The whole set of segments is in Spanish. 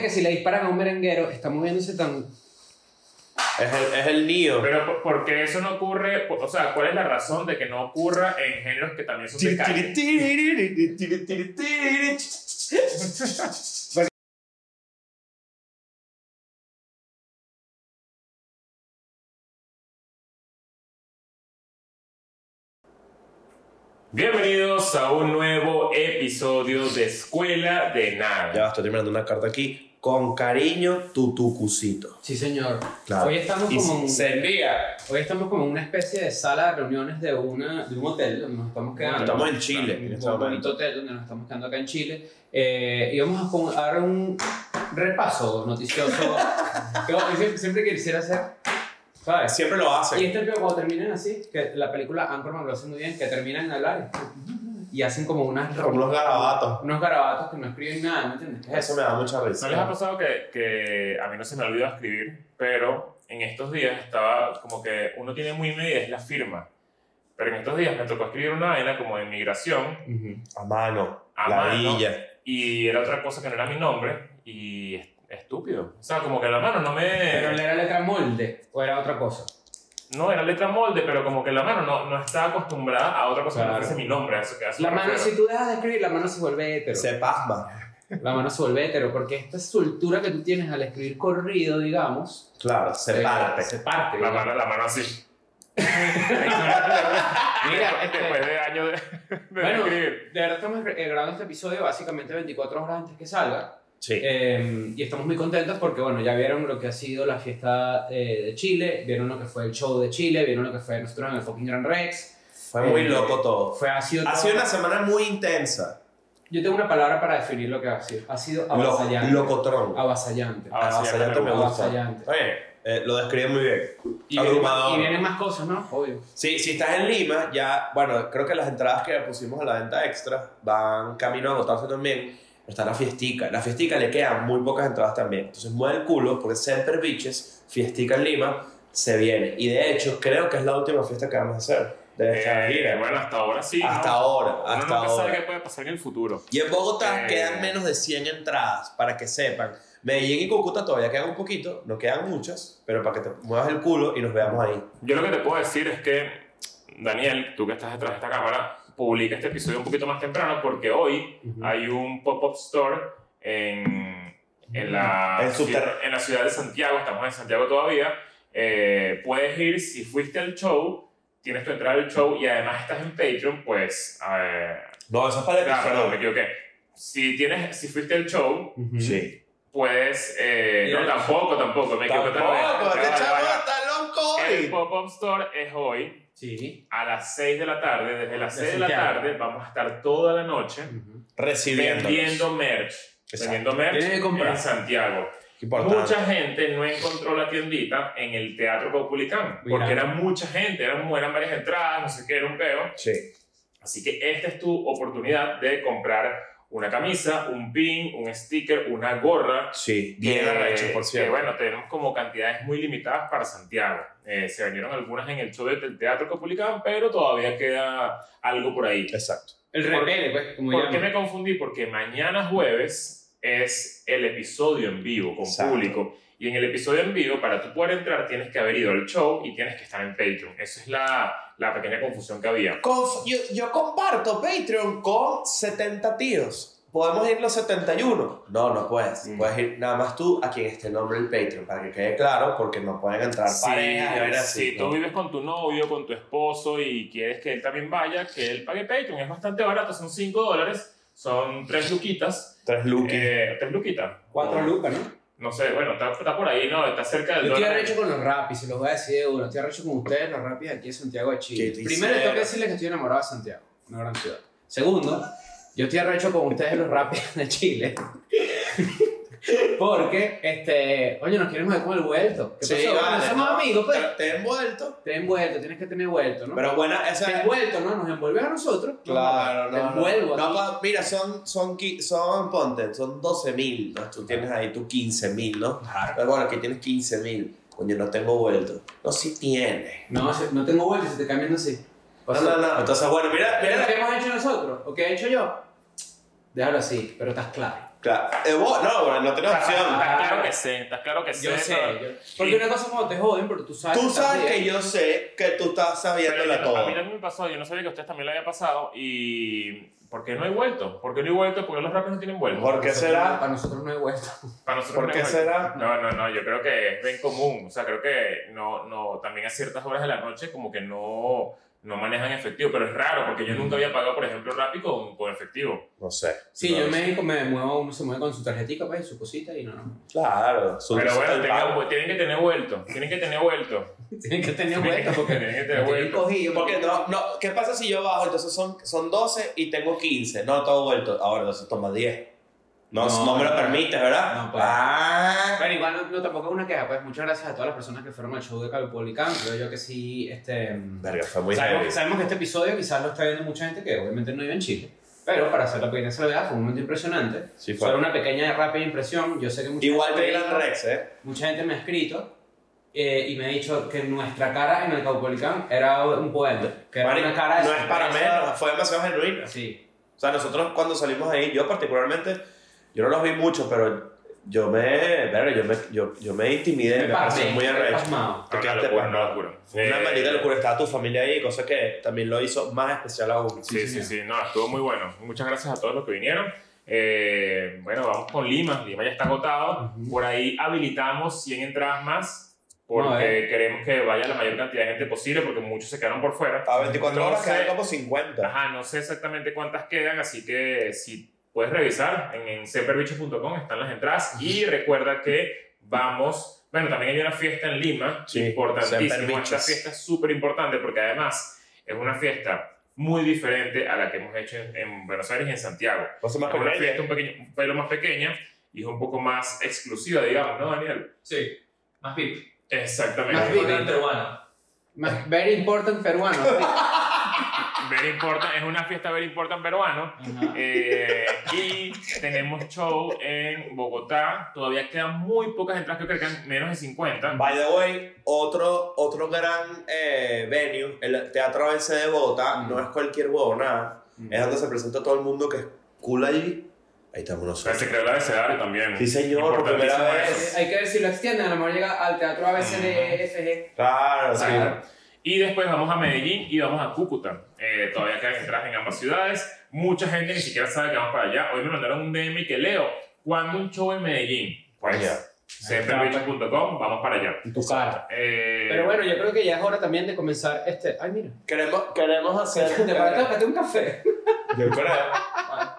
que si le disparan a un merenguero, está moviéndose tan. Es el, es el nido. Pero por- porque eso no ocurre, o sea, ¿cuál es la razón de que no ocurra en géneros que también son de calle? Bienvenidos a un nuevo episodio de Escuela de Ya Nada. va, estoy terminando una carta aquí. Con cariño, tu tucucito. Sí, señor. Claro. Hoy estamos Y como. en- se envía. Hoy estamos como en una especie de sala de reuniones de, una, de un hotel. Nos estamos quedando. Estamos en Chile. en este un bonito momento. hotel donde nos estamos quedando acá en Chile. Eh, y vamos a pon- a dar un repaso noticioso. que yo siempre, siempre quisiera hacer. ¿Sabes? Siempre lo Y hacen. este video cuando terminan así, que la película Anchorman lo hace muy bien, que terminan en hablar y hacen como unas Como unos garabatos. unos garabatos que no escriben nada, ¿me entiendes? ¿Qué es Eso eso? me da mucha risa. ¿No les ha pasado que, que a mí no se me olvidó escribir, pero en estos días estaba como que uno tiene muy medida es la firma. Pero en estos días me tocó escribir una vaina como de migración A mano. A la mano. villa. y era otra cosa que no era mi nombre y est- estúpido. O sea, como que la mano no me... ¿Pero le era letra molde o era otra cosa? No, era letra molde, pero como que la mano no, no está acostumbrada a otra cosa que Claro. no fuese mi nombre. a eso que hace La me mano, refiero. si tú dejas de escribir, la mano se vuelve hetero. Se pasma. La mano se vuelve hetero porque esta soltura que tú tienes al escribir corrido, digamos, Claro, se eh, parte. Se parte. La digamos. mano, la mano así. Mira, este- Después de años de, de Bueno, escribir. de verdad estamos eh, grabando este episodio básicamente 24 horas antes que salga. Sí. Eh, y estamos muy contentos porque, bueno, ya vieron lo que ha sido la fiesta eh, de Chile, vieron lo que fue el show de Chile, vieron lo que fue nosotros en el fucking Gran Rex. Fue muy eh, loco todo. Fue, ha sido Ha todo- sido una semana muy intensa. Yo tengo una palabra para definir lo que ha sido. Ha sido Lo- avasallante. Locotrón. Avasallante. Ah, sí, Avasallante me gusta. Avasallante. Está bien. Eh, lo describe muy bien. Y vienen, más, abrumador. y vienen más cosas, ¿no? Obvio. Sí, si estás en Lima, ya, bueno, creo que las entradas que pusimos a la venta extra van camino a agotarse también. Está la fiestica. La fiestica le quedan muy pocas entradas también. Entonces mueve el culo porque Semper Beaches, fiestica en Lima, se viene. Y de hecho, creo que es la última fiesta que vamos a hacer de esta Eh, gira. bueno, hasta ahora sí. hasta ¿no? ahora, Uno hasta nunca sabe ahora. qué puede pasar en el futuro. Y en Bogotá Eh. quedan menos de 100 entradas, para que sepan. Medellín y Cúcuta todavía quedan un poquito, no quedan muchas, pero para que te muevas el culo y nos veamos ahí. Yo lo que te puedo decir es que, Daniel, tú que estás detrás de esta cámara, publica este episodio un poquito más temprano porque hoy hay un pop-up store en, en, la, En su ciudad- terreno. en la ciudad de Santiago, estamos en Santiago todavía. Eh, puedes ir si fuiste al show, tienes tu entrada al show y además estás en Patreon, pues. eh, No, eso es para el ah, perdón, me episodio. equivoqué. Si, tienes, si fuiste al show, Sí. puedes. eh, Y no, el- tampoco, tampoco, me equivoqué otra vez. Tampoco, Ya este va, ya va. chavo está loco El hoy. pop-up store es hoy Sí. a las 6 de la tarde. Desde las De 6 de la Santiago. tarde vamos a estar toda la noche Recibiendo. vendiendo merch. Exacto. Vendiendo merch Tienen que comprar. en Santiago. Importante. Mucha gente no encontró la tiendita en el Teatro Populicán. Mira. Porque era mucha gente, eran, eran varias entradas, no sé qué, era un peo. Sí. Así que esta es tu oportunidad de comprar una camisa, un pin, un sticker, una gorra. Sí. que, Bien arrecho, por que, cierto. bueno, tenemos como cantidades muy limitadas para Santiago. Eh, se vendieron algunas en el show del Teatro Copulicán, pero todavía queda algo por ahí. Exacto. El ¿Por- repele, pues, como ¿Por qué llaman. me confundí? Porque mañana jueves es el episodio en vivo con Exacto. público. Y en el episodio en vivo, para tú poder entrar, tienes que haber ido al show y tienes que estar en Patreon. Esa es la, la pequeña confusión que había. Conf- yo, yo comparto Patreon con 70 tíos. Podemos ir los 71. No, no puedes. Mm. Puedes ir nada más tú a quien esté el nombre del Patreon, para que quede claro, porque no pueden entrar parejas y ver así. si ¿no? tú vives con tu novio, con tu esposo y quieres que él también vaya, que él pague Patreon. Es bastante barato, son 5 dólares, son 3 luquitas. Tres luques. Eh, ¿Tres luquitas? Cuatro No, lucas, ¿no? No sé, bueno, está, está por ahí, ¿no? Está cerca del Yo estoy dólar. arrecho con los rapis, se los voy a decir de uno. Estoy arrecho con ustedes, los rapis aquí en Santiago de Chile. ¿Qué te Primero, tengo hicieron? que decirles que estoy enamorado de Santiago, una gran ciudad. Segundo, yo estoy arrecho con ustedes, los rapis de Chile. Porque, este, oye, nos queremos ver con el vuelto. ¿Qué Sí, pasó? Bueno, vale, somos ¿no? amigos, pues. Te he envuelto. Te envuelto, tienes que tener vuelto, ¿no? Pero bueno, esa te envuelto, ¿no? Nos envuelves a nosotros. Claro, Te no. no. envuelvo. No, a ti. pa- mira, son, son, qui- son, ponte, son 12 mil, ¿no? Tú tienes ahí tu 15 mil, ¿no? Claro. Pero bueno, aquí tienes 15 mil. Coño, no tengo vuelto. No, sí tienes. No, se- no tengo vuelto, se te cambian así. No, no, no. Entonces, bueno, mira, ¿Qué es lo mira. que hemos hecho nosotros? ¿O qué he hecho yo? Déjalo así, pero estás claro. Claro. Eh, vos- no, bueno, no tenés Estás opción. estás claro que sé, estás claro que sé. Yo sé. pero- yo- Porque una cosa es cuando te joden, pero tú sabes. Tú sabes también. que yo sé que tú estás pero sabiéndola yo- A todo. mí también me pasó, yo no sabía que a ustedes también le había pasado y... ¿Por qué no he vuelto? ¿Por qué no he vuelto? ¿Por qué los rappers no tienen vuelta? ¿Por qué Nosotros- será? Para nosotros no hay vuelta. Para nosotros ¿Por no qué es- será? No, no, no, yo creo que es bien común. O sea, creo que no, no, también a ciertas horas de la noche como que no, no manejan efectivo, pero es raro porque yo nunca había Mm. pagado, por ejemplo, Rappi con, con efectivo. No sé. Sí, No yo en sé. México me muevo, uno se mueve con su tarjetica, pues, y su cosita y no, no. Claro. su- Pero bueno, el tengan- pago. tienen que tener vuelto, tienen que tener vuelto. Tienen que tener Tienen vuelta que- porque tienen que tener me tienen vuelta. cogido. Porque no, no, ¿qué pasa si yo bajo? Entonces son, son 12 y tengo 15. No, todo vuelto. Ahora entonces toma 10. No, no, No, me lo no. permites, ¿verdad? No, pues. Ah. Bueno, igual no, no, tampoco es una queja, pues muchas gracias a todas las personas que fueron al show de Calpolicán. Creo yo que sí, este. Verga, fue muy heavy. Sabemos, sabemos que este episodio quizás lo está viendo mucha gente que obviamente no vive en Chile. Pero para hacer la pequeña salvedad fue un momento impresionante. Sí, Solo fue. una pequeña rápida impresión. Yo sé que mucha Igual gente que me Grand dijo- Rex, ¿eh? Mucha gente me ha escrito eh, y me ha dicho que nuestra cara en el Caupolicán era un poema. Que era Marico, una cara de no es para sorpresa. menos, fue demasiado genuina. Sí. O sea, nosotros cuando salimos ahí, yo particularmente, yo no los vi mucho, pero yo me, verga, yo me, yo, yo me intimidé, me, Me pareció pasmé, muy me arrecho. pasmado. Te Una quedaste locura, una pasmado. locura. Una Eh, maldita locura, estaba tu familia ahí, cosa que también lo hizo más especial aún. Sí, sí, sí, no, estuvo muy bueno. Muchas gracias a todos los que vinieron. Eh, bueno, vamos con Lima. Lima ya está agotado. Ujú. Por ahí habilitamos 100 entradas más porque No, eh. queremos que vaya la mayor cantidad de gente posible porque muchos se quedaron por fuera. A 24 horas Entonces, quedan como 50. Ajá, no sé exactamente cuántas quedan, así que si puedes revisar en, en semperbichos.com están las entradas y recuerda que vamos, bueno, también hay una fiesta en Lima, Sí, Semper importantísima, esta Bichos. fiesta es súper importante porque además es una fiesta muy diferente a la que hemos hecho en, en Buenos Aires y en Santiago. No sé más Es con una ella. fiesta un, pequeño, un pelo más pequeña y es un poco más exclusiva, digamos, ¿no, Daniel? Sí. Más VIP. Exactamente. Más Más VIP. VIP. peruano. Más- Very important peruano. Very important, es una fiesta very important peruano. Eh, y tenemos show en Bogotá. Todavía quedan muy pocas entradas, creo que quedan menos de 50. By the way, otro, otro gran eh, venue, el Teatro ABC de Bogotá, Mm. no es cualquier huevonada, es donde se presenta todo el mundo que es cool allí. Ahí estamos Se nosotros. creó el abecedario también. Sí, señor, por primera Importantísimo vez. eso. Hay que ver si lo extienden. A lo mejor llega al teatro ABCDFG. Claro, sí. Claro. Y después vamos a Medellín y vamos a Cúcuta. Eh, todavía quedan entradas en ambas ciudades. Mucha gente ni siquiera sabe que vamos para allá. Hoy me mandaron un DM que leo, ¿cuándo un show en Medellín? Coño. Pues, semperbicho.com, vamos para allá. En tu cara. Eh, Pero bueno, yo creo que ya es hora también de comenzar este. Ay, mira. Queremos, queremos hacer. ¿Te parece que te un café? Yo creo.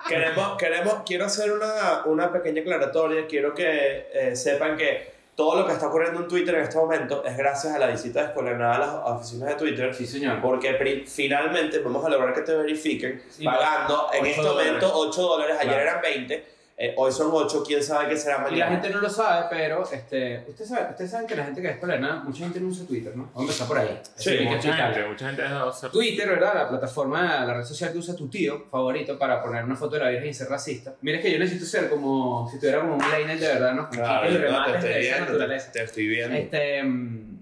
queremos, queremos, quiero hacer una, una pequeña aclaratoria. Quiero que eh, sepan que todo lo que está ocurriendo en Twitter en este momento es gracias a la visita de Escuela de Nada a las oficinas de Twitter. Sí, señor. Porque pri- finalmente vamos a lograr que te verifiquen Sí, pagando en ocho este momento 8 dólares. Ayer Claro. eran 20, eh, hoy son 8. Quién sabe qué será Y la mañana. gente no lo sabe, pero este, ustedes saben ustedes saben que la gente que es colerna, mucha gente no usa Twitter, ¿no? Vamos a empezar por ahí. Sí, Así que hay que mucha explicarle. gente, mucha gente ha dejado de ser- Twitter, ¿verdad? La plataforma, la red social que usa tu tío favorito para poner una foto de la Virgen y ser racista. Mira, es que yo necesito ser como si tuviera como un liner de verdad, ¿no? Con Claro, chistes y yo no, remates de esa naturaleza. te estoy viendo. Este, mm,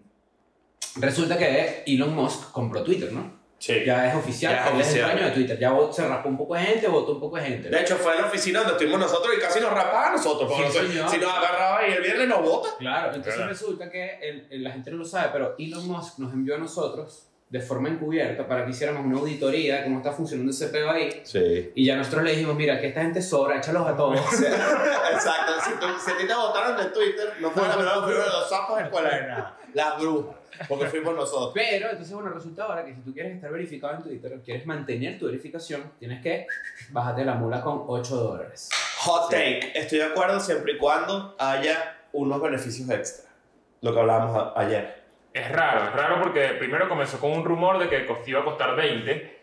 resulta que Elon Musk compró Twitter, ¿no? Sí. Ya es oficial, Ya él es es el oficial. dueño de Twitter. Ya vot- se raspó un poco de gente, votó un poco de gente. De hecho, fue en la oficina donde estuvimos nosotros y casi nos rapaba a nosotros. porque Sí, no sé, señor. si nos agarraba y el viernes nos bota. Claro, entonces Claro. resulta que el- el- la gente no lo sabe, pero Elon Musk nos envió a nosotros de forma encubierta para que hiciéramos una auditoría de cómo está funcionando ese pedo ahí. Sí. Y ya nosotros le dijimos, mira, que esta gente sobra, échalos a todos. Exacto. Si, tú- si a ti te votaron de Twitter, no fue la primera, fueron los sapos de escuela de nada. Las brujas. Porque fuimos nosotros. Pero entonces, bueno, resulta ahora que si tú quieres estar verificado en Twitter, quieres mantener tu verificación, tienes que bájate la mula con 8 dólares. Hot take. Estoy de acuerdo siempre y cuando haya unos beneficios extra. Lo que hablábamos a- ayer. Es raro, es raro porque primero comenzó con un rumor de que cost- iba a costar 20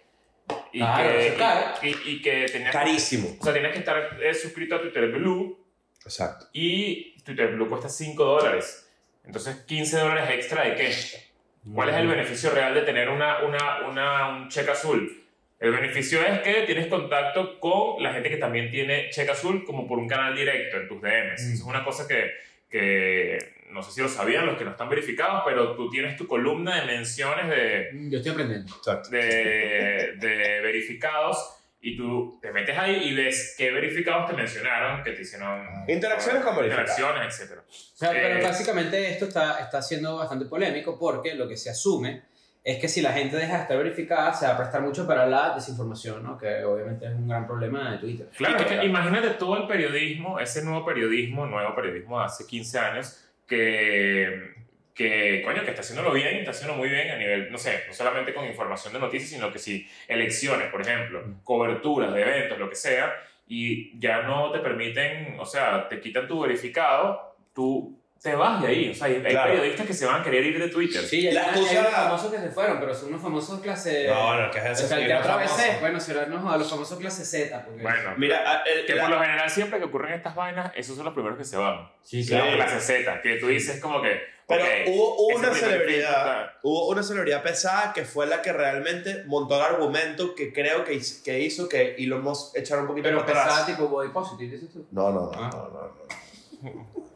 y, Claro, que, eso es caro. y, y- y que tenías, Carísimo. o sea, tenías que estar eh, suscrito a Twitter Blue Exacto. y Twitter Blue cuesta 5 dólares. Entonces, 15 dólares extra de qué? ¿Cuál es el beneficio real de tener una, una, una- un cheque azul? El beneficio es que tienes contacto con la gente que también tiene cheque azul como por un canal directo en tus DMs. Mm. Es una cosa que, que no sé si lo sabían los que no están verificados, pero tú tienes tu columna de menciones de, Yo estoy aprendiendo. Exacto. de, de verificados y tú te metes ahí y ves qué verificados te mencionaron, que te hicieron Interacciones con verificados. interacciones, etc. O sea, pero Eh, básicamente esto está, está siendo bastante polémico porque lo que se asume es que si la gente deja de estar verificada se va a prestar mucho para la desinformación, ¿no? Que obviamente es un gran problema de Twitter. Claro, Sí, es que claro. imagínate todo el periodismo, ese nuevo periodismo, nuevo periodismo de hace 15 años, que, que, coño, que está haciéndolo bien, está haciéndolo muy bien a nivel, no sé, no solamente con información de noticias, sino que si elecciones, por ejemplo, Mm. coberturas de eventos, lo que sea, y ya no te permiten, o sea, te quitan tu verificado, tú te vas de ahí. O sea, hay, hay Claro. periodistas que se van a querer ir de Twitter. Sí, y hay, La hay excusa- unos famosos que se fueron, pero son unos famosos clase... No, no, que Eh, es o eso. sea, el sí, que no, atravesé, famoso. bueno, si no, no, a los famosos clase Z. Porque... Bueno, Mira, a- el- que la- por lo general siempre que ocurren estas vainas, esos son los primeros que se van. Sí, sí. La clase Z, que tú dices como que... pero ok, hubo ese una primer celebridad, filtro, hubo una celebridad pesada que fue la que realmente montó el argumento que creo que, hizo- que hizo que Elon Musk echara un poquito Pero para atrás. pesada tipo body positive, dices tú. No, no, no, Ah. no, no, no.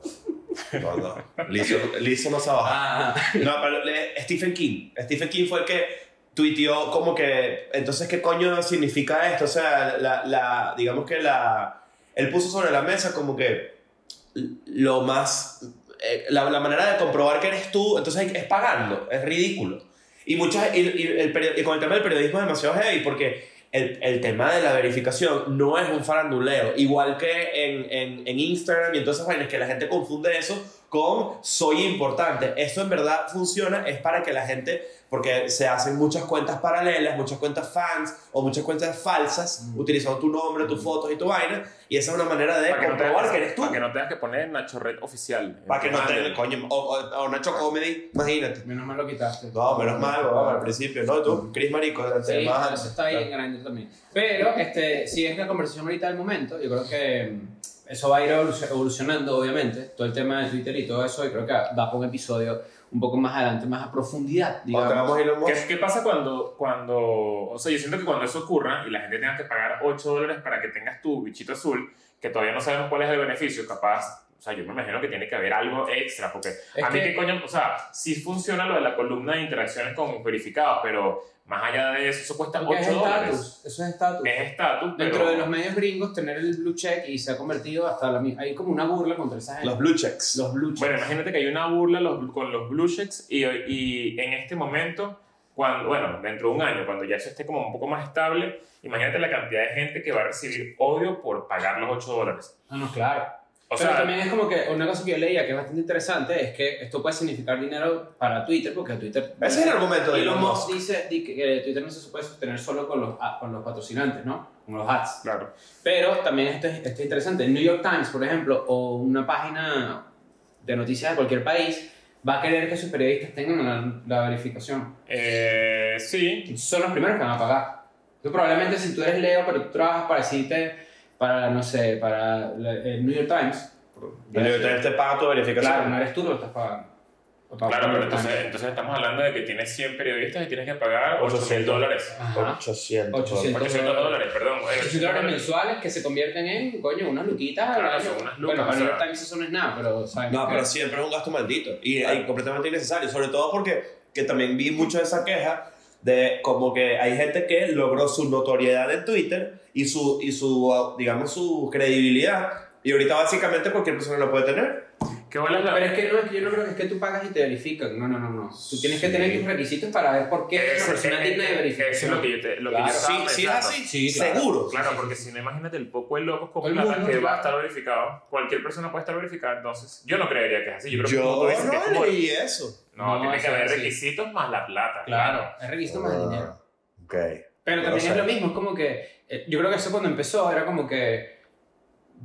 No, no. Liso, Liso no se ha bajado. Ah, No, pero le- Stephen King. Stephen King fue el que tuiteó como que, entonces, ¿qué coño significa esto? O sea, la, la- digamos que la... Él puso sobre la mesa como que lo más... eh, la, la manera de comprobar que eres tú, entonces es pagando, es ridículo. Y, muchas, y, y el peri- y con el tema del periodismo es demasiado heavy porque el, el tema de la verificación no es un faranduleo, igual que en, en, en Instagram y en todas esas vainas, que la gente confunde eso con soy importante. Esto en verdad funciona, es para que la gente, porque se hacen muchas cuentas paralelas, muchas cuentas fans o muchas cuentas falsas, Mm. utilizando tu nombre, tus fotos y tu vaina, y esa es una manera de Para que, no comprobar tengas, que eres tú. para que no tengas que poner Nacho Red oficial. Para que no Ah, te... Coño, o, o, o Nacho Comedy, imagínate. menos mal lo quitaste. No, menos mal, weón, al principio, ¿no? Tú, Chris Marico, el Sí, tema- eso está ahí en grande también. Pero este, si es la conversación ahorita del momento, yo creo que mm, eso va a ir evoluc- evolucionando, obviamente, todo el tema de Twitter y todo eso, y creo que va para un episodio un poco más adelante, más a profundidad, Cuando digamos. tengamos Elon Musk, ¿Qué, qué pasa cuando, cuando, o sea, yo siento que cuando eso ocurra y la gente tenga que pagar 8 dólares para que tengas tu bichito azul, que todavía no sabemos cuál es el beneficio, capaz, o sea, yo me imagino que tiene que haber algo extra, porque Es a mí que- qué coño, o sea, sí funciona lo de la columna de interacciones con verificados, pero más allá de eso, eso cuesta Porque es 8 dólares. estatus, eso es estatus. Es estatus, pero... Dentro de los medios gringos, tener el blue check y se ha convertido hasta la mi- Hay como una burla contra esa gente. los blue checks. Los blue Bueno, checks. imagínate que hay una burla los- con los blue checks y, y en este momento, cuando, bueno, dentro de un año, cuando ya eso esté como un poco más estable, imagínate la cantidad de gente que va a recibir odio por pagar los 8 dólares. Ah, no, claro. O Pero sea, también es como que una cosa que yo leía que es bastante interesante es que esto puede significar dinero para Twitter, porque Twitter. Ese es el argumento de Elon Elon Musk Musk. dice di- que, que Twitter no se puede sostener solo con los, a- con los patrocinantes, ¿no? Con los ads. claro. Pero también esto es, esto es interesante. El New York Times, por ejemplo, o una página de noticias de cualquier país, va a querer que sus periodistas tengan la, la verificación. Eh, sí, Son los primeros que van a pagar. Tú probablemente si tú eres Leo, pero tú trabajas para decirte, para, no sé, para la- el New York Times. por- Pero tener te paga tu Claro, no verificación. eres tú lo que estás pagando. O pago claro, por pero el entonces, tanque. entonces estamos hablando de que tienes 100 periodistas y tienes que pagar 800 800. dólares. Ajá. 800. 800. 800 dólares, perdón. eh, 800 dólares mensuales que se convierten en, coño, unas luquitas. al Claro, año. son unas lucas, Bueno, o para sea. New York Times eso no es nada, pero sabes. No, pero siempre es un gasto maldito y, y completamente innecesario, sobre todo porque que también vi mucho de esa queja de como que hay gente que logró su notoriedad en Twitter y su, y su digamos, su credibilidad y ahorita básicamente cualquier persona lo puede tener. ¿Qué bolas la- Pero es que no, es que yo no creo que es que tú pagas y te verifican. No, no, no, no. Tú tienes que Sí. tener tus requisitos para ver por qué es Eso- una persona eh, digna de eh, verificación. Eso es lo que yo, te, lo Claro. que yo estaba Sí, sí es pensando. así, Sí, claro. seguro. Claro, porque si no, imagínate el poco de locos Todo con el plata mundo, que va claro. a estar verificado. Cualquier persona puede estar verificada, entonces yo no creería que es así. Yo creo que como tú Yo dices, que es no como- leí eso. No, No, tiene que eso es haber así. requisitos más la plata. Claro, es requisito más Ah. el dinero. Ok. Pero Ya lo también es sé. lo mismo, es como que. eh, yo creo que eso cuando empezó era como que.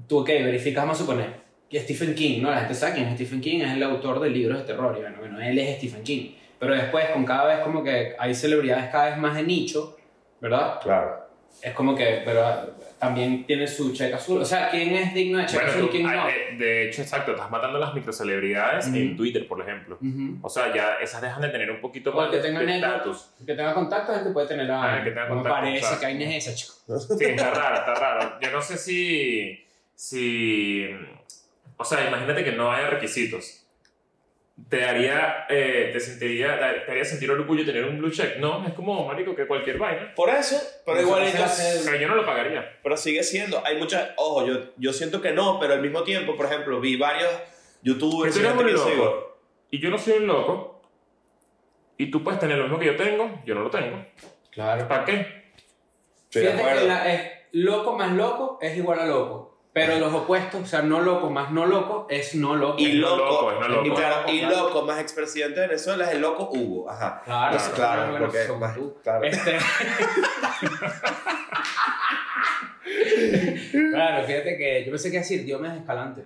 Tú, ok, verificas, vamos a suponer. Que Stephen King, ¿no? La gente sabe quién es Stephen King, es el autor de libros de terror. Y bueno, bueno, él es Stephen King. Pero después, con cada vez como que hay celebridades cada vez más de nicho, ¿verdad? Claro. Es como que. Pero también tiene su cheque azul. O sea, ¿quién es digno de cheque Bueno, azul y tú- quién no? ah, eh, de hecho, exacto, estás matando las microcelebridades Ujú. en Twitter, por ejemplo. Ujú. O sea, ya esas dejan de tener un poquito O el más que de tenga de negro. estatus. El que tenga contacto es el que puede tener la. Ah, el que tenga no me contacto, parece claro. que hay ni es esa, chico. Sí, está raro, está raro. Yo no sé si, si... O sea, imagínate que no haya requisitos. te daría, eh, te sentiría, te haría sentir orgullo tener un blue check. No, es como, marico, que cualquier vaina. Por eso, pero Eso igual no se ellos- hace- Pero yo no lo pagaría. Pero sigue siendo. Hay muchas. Ojo, yo, yo siento que no, pero al mismo tiempo, por ejemplo, vi varios youtubers. Pero tú eres gente un que yo loco. sigo. Y yo no soy un loco. Y tú puedes tener lo mismo que yo tengo, yo no lo tengo. Claro. ¿Para qué? Estoy de Fíjate acuerdo. que la- es loco más loco es igual a loco. Pero los opuestos, o sea, no loco más no loco es no loco. Y Es no loco, loco, es no y loco. claro, y Claro. loco, más expresidente de Venezuela es el loco Hugo. Ajá. Claro, Entonces, Pues claro, bueno, porque según más- tú. claro. Este- claro, fíjate que yo pensé que iba a decir Diógenes Escalante.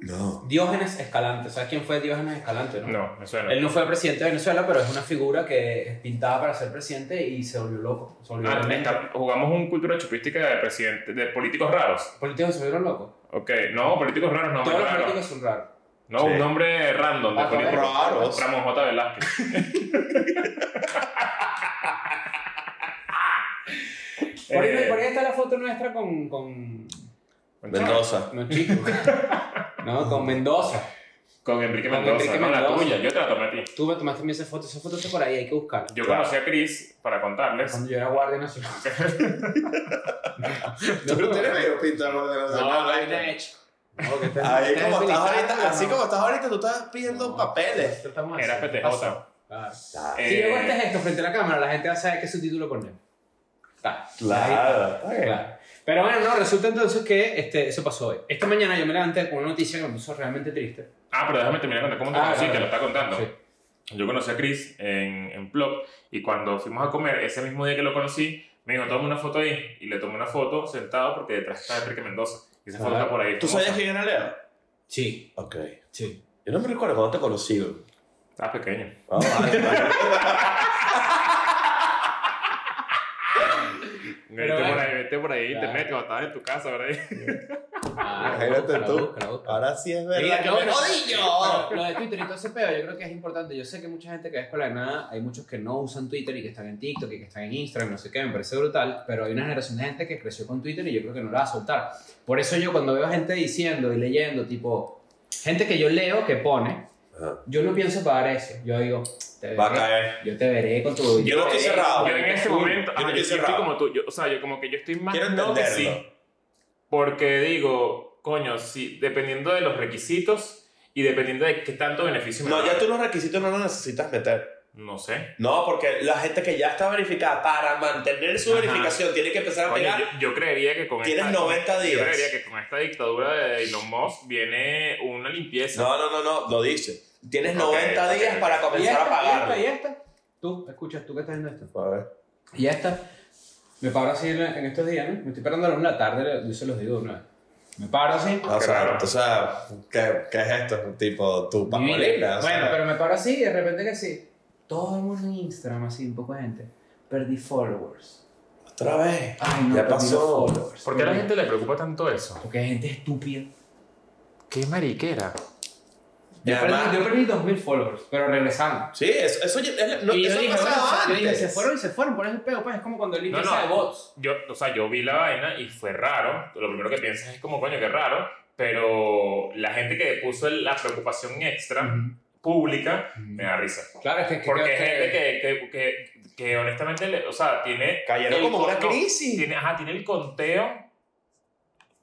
No. Diógenes Escalante, ¿sabes quién fue Diógenes Escalante? no? No, me suena. Él no fue presidente de Venezuela, pero es una figura que pintaba para ser presidente y se volvió loco. Se volvió Ah, demente. está- jugamos un cultura chupística de, presidente, de políticos raros. Políticos se volvieron locos. Ok, no, políticos raros no, Todos muy los raros. políticos son raros. No, Sí. un nombre random de Ah, político. raros. Ramón J. Velázquez. ¿Por, ahí, Eh, por ahí está la foto nuestra con. con... Mendoza. No, chico. no, con Mendoza. Con Enrique Con Mendoza, Enrique no la Mendoza. tuya, yo te la tomé a ti. Tú me tomaste a mí esa foto, esa foto está por ahí, hay que buscarla. Yo Claro. conocí a Chris para contarles. Cuando yo era guardia nacional. Tú no tienes medio pinta de No, Venezuela. no, hecho. No, que estás- Ahí estás como estás militar, ahorita, así no. como estás ahorita, tú estás pidiendo No, papeles. nosotros estamos Era así. PTJ. Claro. Claro. Si Eh, yo hago este gesto frente a la cámara, la gente va a saber qué subtítulo poner. Está. Claro. Ahí. Claro. Pero bueno, no, resulta entonces que este, eso pasó hoy. Esta mañana yo me levanté con una noticia que me puso realmente triste. Ah, pero déjame terminar de contar cómo te Ah, conocí, claro. te lo está contando. Sí. Yo conocí a Chris en, en Plop y cuando fuimos a comer, ese mismo día que lo conocí, me dijo, toma una foto ahí. Y le tomé una foto sentado porque detrás está Enrique Mendoza. Y esa foto Ah. está por ahí. ¿Tú famosa. sabías quién era Leo? Sí, Ok. sí. Yo no me recuerdo cuando te conocí. güey. Estás pequeño. Ah, vale, vale. Vete bueno. por ahí, vete por ahí, te Claro. metes, estabas en tu casa, ¿verdad? Ah, Imagínate búscala, tú. búscala, búscala. Ahora sí es Mira, verdad. qué que me bueno. jodillo. eh, Pero Lo de Twitter y todo ese pedo, yo creo que es importante. Yo sé que mucha gente que es escuela de nada, hay muchos que no usan Twitter y que están en TikTok y que están en Instagram, no sé qué, me parece brutal, pero hay una generación de gente que creció con Twitter y yo creo que no la va a soltar. Por eso yo cuando veo gente diciendo y leyendo, tipo, gente que yo leo que pone, Ajá. yo no pienso pagar eso. Yo digo, te Va a veré, caer. yo te veré con tu... Yo no estoy te veré cerrado. con Yo en tu- ese momento, yo no ajá, yo estoy estoy cerrado. como tú, yo- o sea, yo como que yo estoy más Quiero no que entenderlo. sí, porque digo, coño, sí, dependiendo de los requisitos y dependiendo de qué tanto beneficio me No, va a ya dar. tú los requisitos no los necesitas meter. No sé. No, porque la gente que ya está verificada para mantener su Ajá. verificación tiene que empezar a Coño, pegar. yo, yo creería que con Tienes esta, 90 días. Yo creería que con esta dictadura de Elon Musk viene una limpieza. No, no, no, no, lo dice. Tienes Ok, 90 ok. días para Y comenzar a esta, pagarlo. y esta, y esta. Tú, escuchas, tú que estás viendo esto. A ver. Y ya está. Me paro así en, en estos días, ¿no? Me estoy parando a la una de la tarde, yo se los digo de una vez. Me paro así. O Qué sea, raro. o sea, ¿qué, qué es esto? Tipo, mi tu vida. pamolina. o sea. bueno, pero me paro así y de repente que sí. Todo el mundo en Instagram, así, un poco de gente. Perdí followers. Otra vez. Ay, no, Ya perdí pasó. los followers. ¿Por qué a la gente le preocupa tanto eso? Porque hay gente estúpida. Qué mariquera. Y Yo perdí, además- yo perdí 2.000 followers, pero regresaron. Sí, eso, eso, ya- es la- no, y yo eso dije, ha pasado bueno, yo antes. dije, se fueron y se fueron, por ese pedo, pues es como cuando el No, índice no. de bots. Yo, o sea, yo vi la vaina y fue raro. Lo primero que piensas es como, coño, qué raro. Pero la gente que puso el- la preocupación extra pública me da risa. Claro, es que, que- Porque que- es gente que, que, que, que honestamente, le- o sea, tiene... Cayeron el como una con- no, crisis. Tiene, ajá, tiene el conteo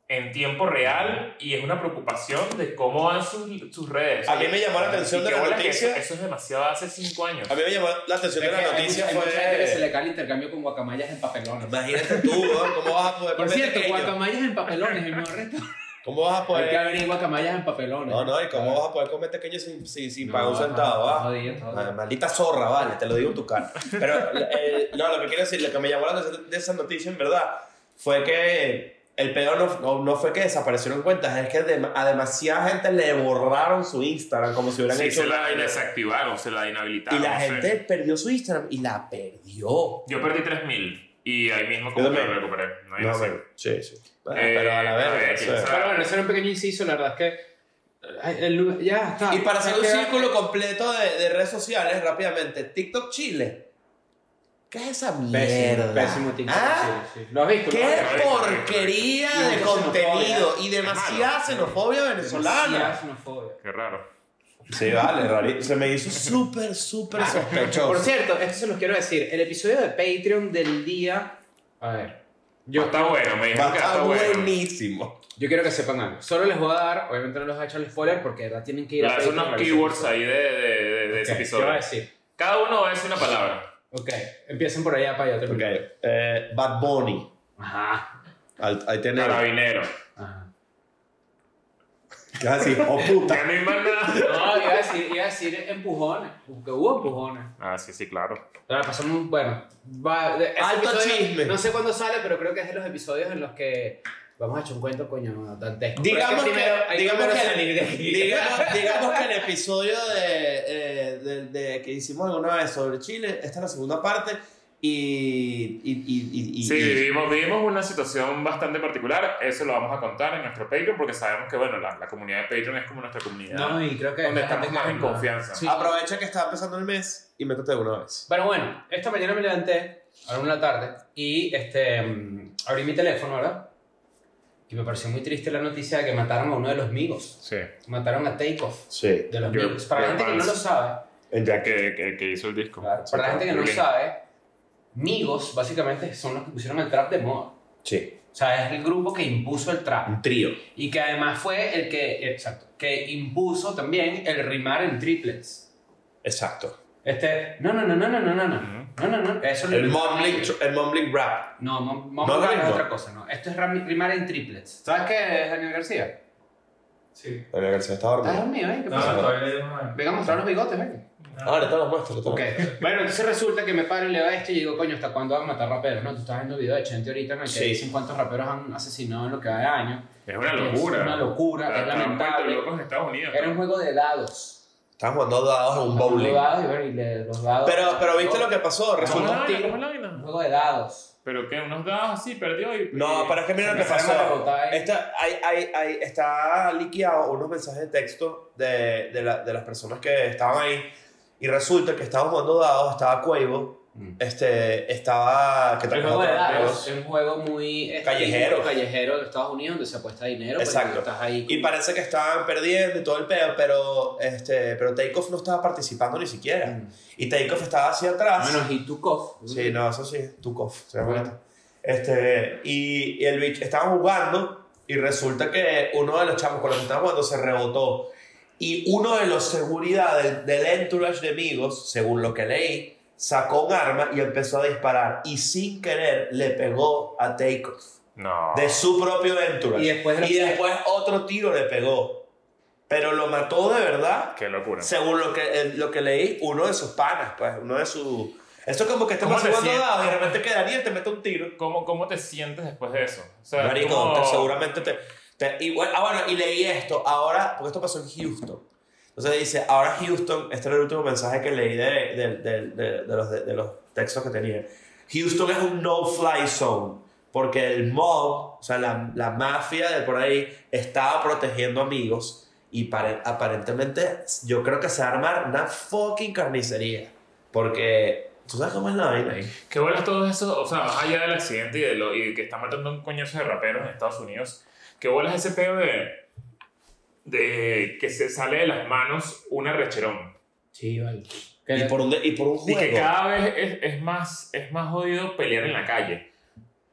en tiempo real y es una preocupación de cómo van sus, sus redes. A mí me llamó la atención Y de qué la bola que noticia. Eso, eso es demasiado hace cinco años. A mí me llamó la atención de Es que la hay noticia mucha- hay mucha gente que se fue... le cae el intercambio con guacamayas en papelones. Imagínate tú, weón, ¿cómo vas a poder Por comer cierto, pequeño? guacamayas en papelones, el mejor restaurante. ¿Cómo vas a Hay que poder...? abrir guacamayas en papelones. No, no, ¿y cómo vas a poder comer pequeño sin, sin, sin pagar un No, no, centavo? no, va? jodido, jodido. Ah, Maldita zorra, vale, te lo digo en tu cara. Pero, eh, no, lo que quiero decir, lo que me llamó la atención de esa noticia, en verdad, fue que el peor no, no- no fue que desaparecieron cuentas, es que de- a demasiada gente le borraron su Instagram como si hubieran Sí, hecho se una la vaina. desactivaron, se la Y inhabilitaron. la no sé. gente perdió su Instagram y la perdió. Yo perdí 3.000 y ahí mismo como Yo que lo también. recuperé. No, hay No, más. bueno, sí, sí. Bueno, Eh, pero a la a ver, verga. quién o sea. sabe. Pero bueno, ese era un pequeño inciso, la verdad es que. ay, el lugar- ya está. Y para hacer Se un queda- círculo completo de, de redes sociales, rápidamente, TikTok Chile. ¿Qué es esa Pésimo, mierda? pésimo TikTok. ¿Ah? sí, sí. ¿Lo has visto? ¡Qué ¿no? porquería Y de mucha contenido! xenofobia. Y demasiada xenofobia Demasiada venezolana. xenofobia. Qué raro. Sí, vale, rarito. Se me hizo súper, súper Por sospechoso. cierto, esto se los quiero decir. El episodio de Patreon del día. A ver. Yo, está bueno, me Va dijeron a que está estar bueno. buenísimo. Yo quiero que sepan algo. Solo les voy a dar, obviamente no les voy a echar el spoiler porque de verdad tienen que ir Lanza Patreon unos para ver keywords ese ahí de, de, de, de ese episodio. Ok, Yo voy a episodio. decir. Cada uno va a decir una palabra. Ok, empiecen por allá para allá. Ok. eh, Bad Bunny. Ajá. Al- ahí tenemos. Carabinero. Ajá. Casi. Oh, Ya puta. no hay más nada. No, iba a decir, iba a decir empujones. Que hubo empujones. Ah, sí, sí, claro. Ahora pasamos, bueno. Va, de- ese Alto chisme. No sé cuándo sale, pero creo que es de los episodios en los que vamos a echar un cuento, coño, dantesco. Digamos Pero es que- primero hay digamos primero que- salir de aquí. Digamos, digamos que el episodio de, eh, de- de- que hicimos alguna vez sobre Chile, esta es la segunda parte. Y. y, y, y- y- Sí, vivimos, vivimos una situación bastante particular. Eso lo vamos a contar en nuestro Patreon porque sabemos que, bueno, la, la comunidad de Patreon es como nuestra comunidad. No, y creo que donde bastante estamos más en calma. confianza. Sí. Aprovecha que está empezando el mes y métete de una vez. Pero bueno, esta mañana me levanté a la una de la tarde y este, mm, abrí mi teléfono, ¿verdad? Y me pareció muy triste la noticia de que mataron a uno de los amigos. Sí. Mataron a Takeoff Sí. de los Yo- Migos. Para la yo gente que no pans. lo sabe, En Ya que, que, que hizo el disco. claro, Sí, para la gente que no lo bien. sabe, Migos básicamente son los que pusieron el trap de moda. Sí. O sea, es el grupo que impuso el trap. Un trío. Y que además fue el que, exacto, que impuso también el rimar en triplets. Exacto. Este, no, no, no, no, no, no, no, no, no, no, no, eso lo El inventaron mumbling, ellos. tr- el mumbling rap. No, mom- No, mumbling es no. otra cosa, no. Esto es ram- rimar en triplets. ¿Sabes qué es Daniel García? Sí. Daniel García está ¿Estás dormido. dormido, eh? ¿Qué No, pasa? todavía le digo no. Venga a mostrar los bigotes, venga. Ah. Ahora te lo muestro. te lo Ok. Bueno, entonces resulta que me paro y leo esto este y digo, coño, ¿hasta cuándo van a matar raperos? No, tú estás viendo videos de gente ahorita en el que Sí. dicen cuántos raperos han asesinado en lo que va de año. Es una Es locura. una locura, es Estaban lamentable. vueltos locos en Estados Unidos. Era un juego de dados. Están jugando dados en Ah, un bowling. Los dados, y bueno, y le- los dados. Pero, pero viste lo que pasó. ¿Cómo Resulta. Ajá. la vaina? tiros. ¿Cómo la Un vaina? juego de dados. Pero que unos dados así, perdió y. No, pero es que mira lo que Empezaron a pasó. rebotar ahí. Está, hay, hay, hay, está liqueado unos mensajes de texto de, de, la- de las personas que estaban ahí. Y resulta que estaban jugando dados, estaba Cuevo, este, estaba. Que Un trajo juego de otros dados amigos. es un juego muy este, Callejero. típico callejero de Estados Unidos donde se apuesta dinero. pues, Exacto. y Estás ahí. Y parece que estaban perdiendo y todo el peo, pero, este, pero Takeoff no estaba participando ni siquiera. Mm. Ah, Y Takeoff estaba hacia atrás. Menos y tu cof. Sí, no, eso sí, Tukov, se llama Bueno. esto. Este, y, y el bicho, estaban jugando y resulta que uno de los chamos con los que estaban jugando se rebotó. Y uno de los seguridad del, del entourage de amigos, según lo que leí, sacó un arma y empezó a disparar. Y sin querer le pegó a Takeoff No. de su propio entourage. Y después Y después otro tiro le pegó. Pero lo mató de verdad Qué locura. según lo que, eh, lo que leí, uno de sus panas, pues, uno de sus... Esto es como que estamos ¿Cómo te jugando sientes? dados y de repente que Daniel te mete un tiro. ¿Cómo, ¿Cómo te sientes después de eso? O sea, Marico, ¿cómo- te- seguramente te... te- y bueno, ah, bueno, y leí esto, ahora, porque esto pasó en Houston. Entonces dice, ahora Houston, este era el último mensaje que leí de, de- de- de- de los, de, de los textos que tenía. Houston es un no-fly zone, porque el mob, o sea, la, la mafia de por ahí, estaba protegiendo amigos y pare- aparentemente yo creo que se va a armar una fucking carnicería, porque tú sabes cómo es la vaina ahí. Qué bueno todo eso, o sea, más allá del accidente y, de lo, y que está matando un coñazo de raperos en Estados Unidos, qué bueno es ese pedo de, de que se sale de las manos un arrecherón. Sí, vale. Y por un, de- y por un Y juego. que cada vez es, es más, es más jodido pelear en la calle.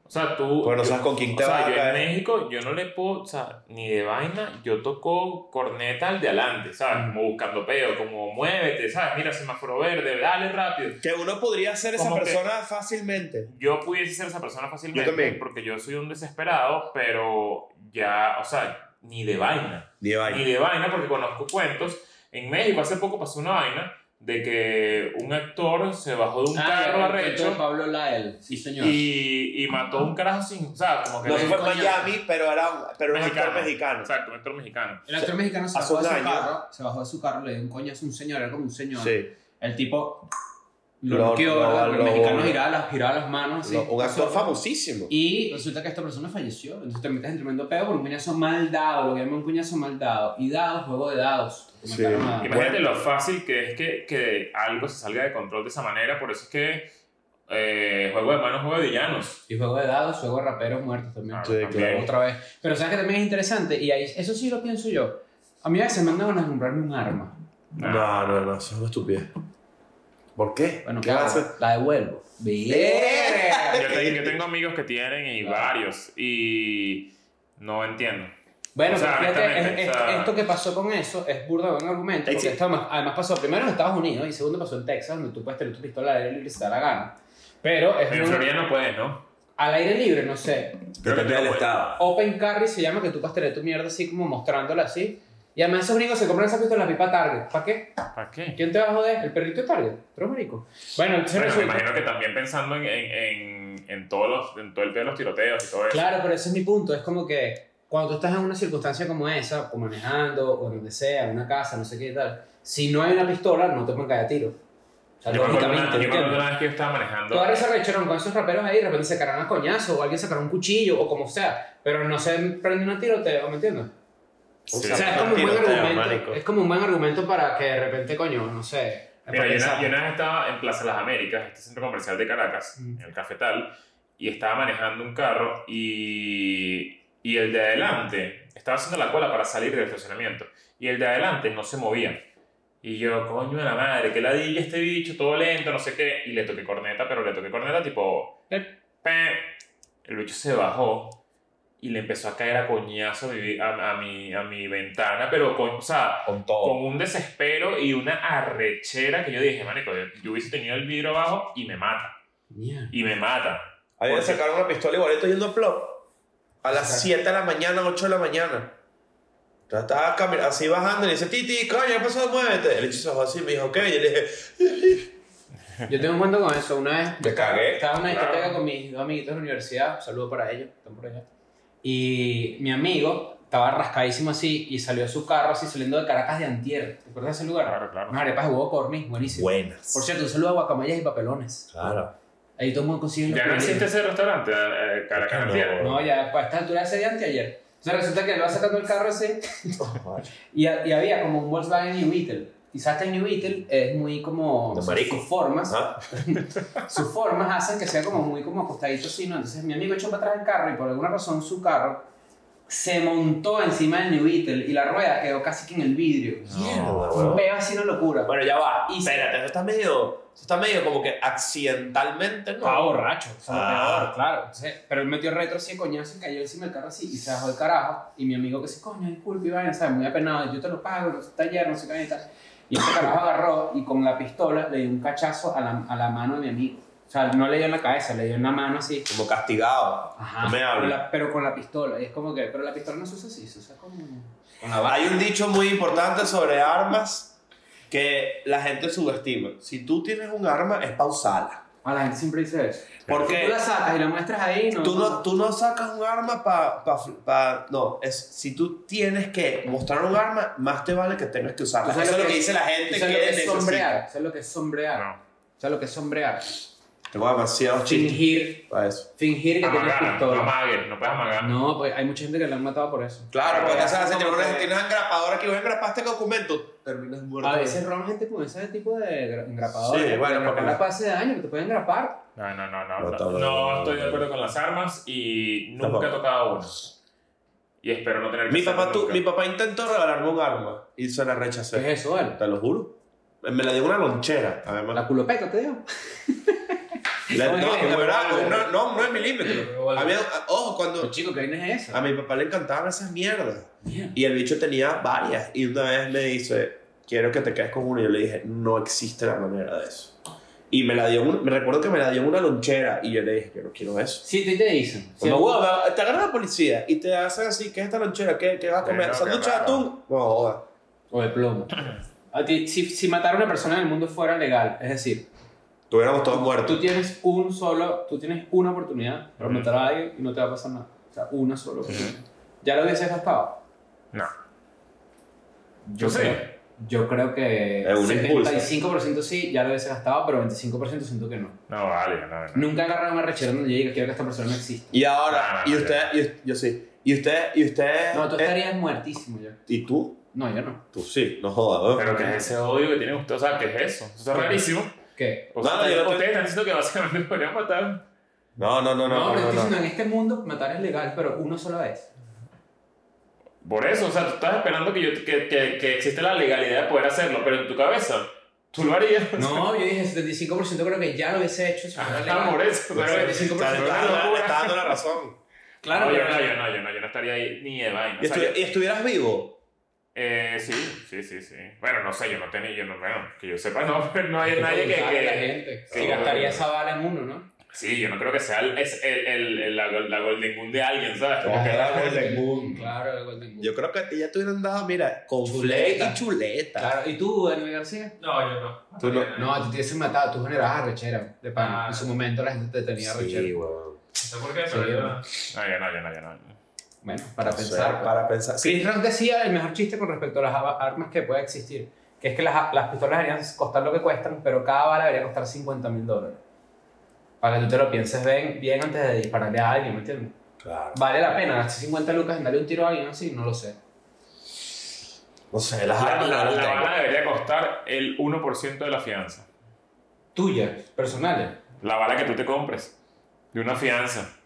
O sea, tú... Porque no yo- sabes con quién o te vas sea, a yo en caer. México, yo no le puedo, o sea, ni de vaina, yo toco corneta al de adelante, Mm. ¿sabes? Como buscando peo, como muévete, ¿sabes? Mira, semáforo verde, dale rápido. Que uno podría ser esa Como que- persona fácilmente. yo pudiese ser esa persona fácilmente Yo también. porque yo soy un desesperado, pero ya, o sea, ni de vaina. De Ni de vaina porque conozco cuentos. En México hace poco pasó una vaina de que un actor se bajó de un carro arrecho Ah, Pablo Lael. Sí, señor. y, y mató a un carajo sin, o sea, como que No era se un fue en coñazo. Miami, pero era un, pero un actor mexicano. Exacto, un actor mexicano. El actor mexicano se hace bajó de un su daño. carro, se bajó de su carro, le dio un coñazo a un señor, era como un señor. Sí. El tipo lo Lo- bloqueó, lo- ¿verdad? Porque lo- el mexicano giraba las, giraba las manos. así. No, un actor Pasó. famosísimo. Y resulta que esta persona falleció. Entonces te metes en tremendo pedo por un cuñazo mal dado, lo que llaman un cuñazo mal dado. Y dados, juego de dados. Sí. Mataron a- Imagínate lo fácil que es que, que algo se salga de control de esa manera, por eso es que eh, juego de manos, juego de villanos. Y juego de dados, juego de raperos muertos también. Ah, Sí, claro. Otra vez. Pero sabes que también es interesante, y ahí, eso sí lo pienso yo. A mí a veces me han dado ganas de comprarme un arma. Ah, No, no, no, eso es una estupidez. ¿Por qué? Bueno, ¿Qué claro, haces? la devuelvo. Bien. Yo, te- yo tengo amigos que tienen Ah. y varios y no entiendo. Bueno, O sea, pero fíjate, es- honestamente, es- o sea- esto que pasó con eso es burda buen argumento. Ahí Porque sí. esto además, además pasó primero en Estados Unidos y segundo pasó en Texas, donde tú puedes tener tu pistola al aire libre si te da la gana. Pero es En muy- Florida no puedes, ¿no? al aire libre, no sé. Creo que Depende del tengo- estado. Open carry se llama que tú puedes tener tu mierda así como mostrándola así. Y además esos gringos se compran esa pistola pipa Target. ¿Para qué? ¿Para qué? ¿Quién te va a joder? El perrito de Target. Pero marico. Bueno, entonces Bueno, me resulta- imagino que también pensando en, en, en, en todos los, en todo el tema de los tiroteos y todo eso. Claro, pero ese es mi punto. Es como que cuando tú estás en una circunstancia como esa, o manejando, o donde sea, en una casa, no sé qué y tal, si no hay una pistola, no te pueden caer a tiro. O sea, Yo me acuerdo una, lógicamente, yo me acuerdo ¿entiendes? una vez que yo estaba manejando. Tú ahora se arrecharon con esos raperos ahí, de repente se cargan a coñazo, o alguien sacará un cuchillo, o como sea, pero no se prende un tiroteo, ¿me entiendes? Sí. O sea, es un como, un buen tiroteo, argumento, marico. es como un buen argumento para que de repente, coño, no sé. Mira, yo empieza- una, yo una vez estaba en Plaza Las Américas, este centro comercial de Caracas, Mm. en el Cafetal, y estaba manejando un carro y, y el de adelante estaba haciendo la cola para salir del estacionamiento y el de adelante no se movía. Y yo, coño de la madre, que ladilla este bicho, todo lento, no sé qué. Y le toqué corneta, pero le toqué corneta tipo... Eh. "Pe". El bicho se bajó y le empezó a caer a coñazo a mi, a, a mi, a mi ventana, pero, con, o sea, Con todo. con un desespero y una arrechera que yo dije, marico, yo, yo hubiese tenido el vidrio abajo y me mata, Mierda. y me mata. A mí me Porque- sacaron una pistola igualito yendo a plop. A Ajá. las 7 de la mañana, 8 de la mañana. Yo estaba cami- así bajando y le dice, Titi, coño, ¿qué pasó? Muévete. El hecho se bajó así me dijo, ok. Y yo le dije, Yo tengo un cuento con eso. Una vez Te cagué, estaba en una claro. discoteca con mis dos amiguitos de la universidad. Un saludo para ellos, están por allá. Y mi amigo estaba rascadísimo así y salió a su carro así saliendo de Caracas de Antier. ¿Te acuerdas de ese lugar? Claro, claro. Unas arepas de huevo corny, buenísimo. buenas. Por cierto, un saludo a guacamayas y papelones. Claro. Ahí todo el mundo consigue los Ya no primeros. existe ese restaurante, eh, Caracas No. Antier. No, ya para esta altura ese de anteayer. O sea, resulta que él va sacando el carro ese Y, y había como un Volkswagen New Beetle. Y sabes que el New Beetle es muy como... De sus- marico. Sus formas, Ajá. sus formas hacen que sea como muy como acostadito así, ¿no? Entonces mi amigo echó para atrás el carro y por alguna razón su carro se montó encima del New Beetle y la rueda quedó casi que en el vidrio. Fue Mierda, huevón. Un peo así una locura. Bueno, ya va. Y- Espérate, eso está medio. Eso está medio como que accidentalmente, ¿no? Estaba borracho, o sea, lo Ah. peor, claro. Entonces, pero él metió retro así, coñazo, y cayó encima del carro así, y se bajó el carajo. Y mi amigo que se coño, disculpe, Iván, ¿sabes? Muy apenado, yo te lo pago, no sé, taller, no sé qué, y tal. Y este carajo agarró y con la pistola le dio un cachazo a la, a la mano de mi amigo. O sea, no le dio en la cabeza, le dio en la mano así. Como castigado. Ajá. No me con hables. la- pero con la pistola. Y es como que, pero la pistola no se usa así, se usa como. Con la Hay un dicho muy importante sobre armas que la gente subestima. Si tú tienes un arma, es pa' usarla. A la gente siempre dice eso. Porque Tú la sacas y la muestras ahí, no. Tú no, tú no sacas un arma para... Pa, pa- no, es, si tú tienes que mostrar un arma, más te vale que tengas que usarla. Tú sabes Eso es lo lo que que- dice la Tú gente que sabes lo que es necesita. sombrear, sabes lo que es sombrear, No. sabes lo que es sombrear. Tengo demasiados chistes Fingir para eso. Fingir que tienes Amagar, no pistola. amagues, no puedes amagar. No, pues hay mucha gente que la han matado por eso. Claro, porque cuando se hace hacen tipo como una que- tienes engrapadora que vos engrapaste el documento, terminas muerto. A veces roban gente con ese tipo de gra- engrapador. Sí, bueno, para porque- la pase de daño, que te pueden engrapar. No, no, no, no. No, No, todo- no estoy de acuerdo con las armas y nunca Tampoco. he tocado una. Y espero no tener que Mi hacerlo papá, tu- nunca. mi papá intentó regalarme un arma y se la rechacé. ¿Qué es eso, vale? Te lo juro. Me la dio una lonchera, además. La culopeta, te digo. La- Oye, no, oye, de verdad, oye, con oye. una- no, 9 milímetros. Oye, Había- ah, ojo, cuando Pero Pues, chico, ¿qué vaina es a eso? mi papá le encantaban esas mierdas. Y el bicho tenía varias. Y una vez me dice, quiero que te quedes con una. Y yo le dije, no existe la manera de eso. Y me la dio, un- me recuerdo que me la dio en una lonchera. Y yo le dije, yo no quiero eso. Sí, te, te dicen. Sí, Mamá, huevo, me- te agarra la policía y te hacen así, ¿qué es esta lonchera? ¿Qué, qué vas a comer? Pero, ¿Sándwich qué de raro. atún? No, joda. O de plomo. A ti, si, si matar a una persona en el mundo fuera legal, es decir, Tuviéramos todos tú muertos. tienes un solo, tú tienes una oportunidad para Ujú. matar a alguien y no te va a pasar nada. O sea, una sola oportunidad. ¿Ya lo hubieses gastado? No. Yo creo- sé. Yo creo que Es un 75% sí, ya lo hubiese gastado, pero 25% siento que no. No, vale, no, no. Nunca agarrar una rechera donde yo diga quiero que esta persona no exista. Y ahora, No, no, y usted, no, y- yo sí. Y usted, y usted. No, tú eh, estarías muertísimo ya. ¿Y tú? No, yo no. Tú sí, no jodas. ¿eh? Pero ¿qué es ese odio que tienen ustedes? O sea, ¿qué es eso? Eso es rarísimo. ¿Qué? O sea, No, no, yo no ustedes están diciendo que básicamente podrían matar. No, no, no, no. No, no, pero no, estoy no. diciendo, en este mundo matar es legal, pero una sola vez. Por eso, o sea, tú estás esperando que, yo, que, que, que existe la legalidad de poder hacerlo, pero en tu cabeza, tú lo harías. No, yo dije 75% creo que ya lo hubiese hecho. Si fuera Ajá, legal. por eso. Pues Por pero- 75%. O sea, le Una está dando- le locura. está dando la razón. Claro, no, yo pero- no, yo no, yo no, yo no estaría ahí ni de vaina. Y, o sea, estu- yo- y estuvieras vivo. eh, sí, sí, sí, sí. Bueno, no sé, yo no tenía, yo no, bueno, que yo sepa, no, pero no hay Hay nadie que... preguntarle a la que gente. que- Si gastaría esa bala en uno, ¿no? sí, yo no creo que sea el, es el, el, el- la, la Golden Gun de alguien, ¿sabes? Como que- Era Golden Boom. Claro, el Golden Boot. Yo creo que a ti ya te hubieran dado, mira, con flake Chuleta. y chuleta. Claro, ¿y tú, Daniel García? No, yo no. Tú no- No, a ti te hubiesen matado, tú generabas arrechera. De pan. Ah. En su momento la gente te tenía arrechera. Sí, weón. sé por qué, pero Sí. yo no. No, yo no, yo no, yo no. Bueno, para O sea, pensar. pues. para pensar. Sí, Chris Rock decía el mejor chiste con respecto a las a- armas que puede existir, que es que las, las pistolas deberían costar lo que cuestan, pero cada bala debería costar 50 mil dólares. Para que tú te lo pienses bien, bien antes de dispararle a alguien, ¿me entiendes? claro. ¿Vale la pena gastar 50 lucas en darle un tiro a alguien así? No lo sé. No sé, las La, armas la, no las tengo. bala debería costar el 1% de la fianza. Tuyas, personales. La bala que tú te compres. De una fianza.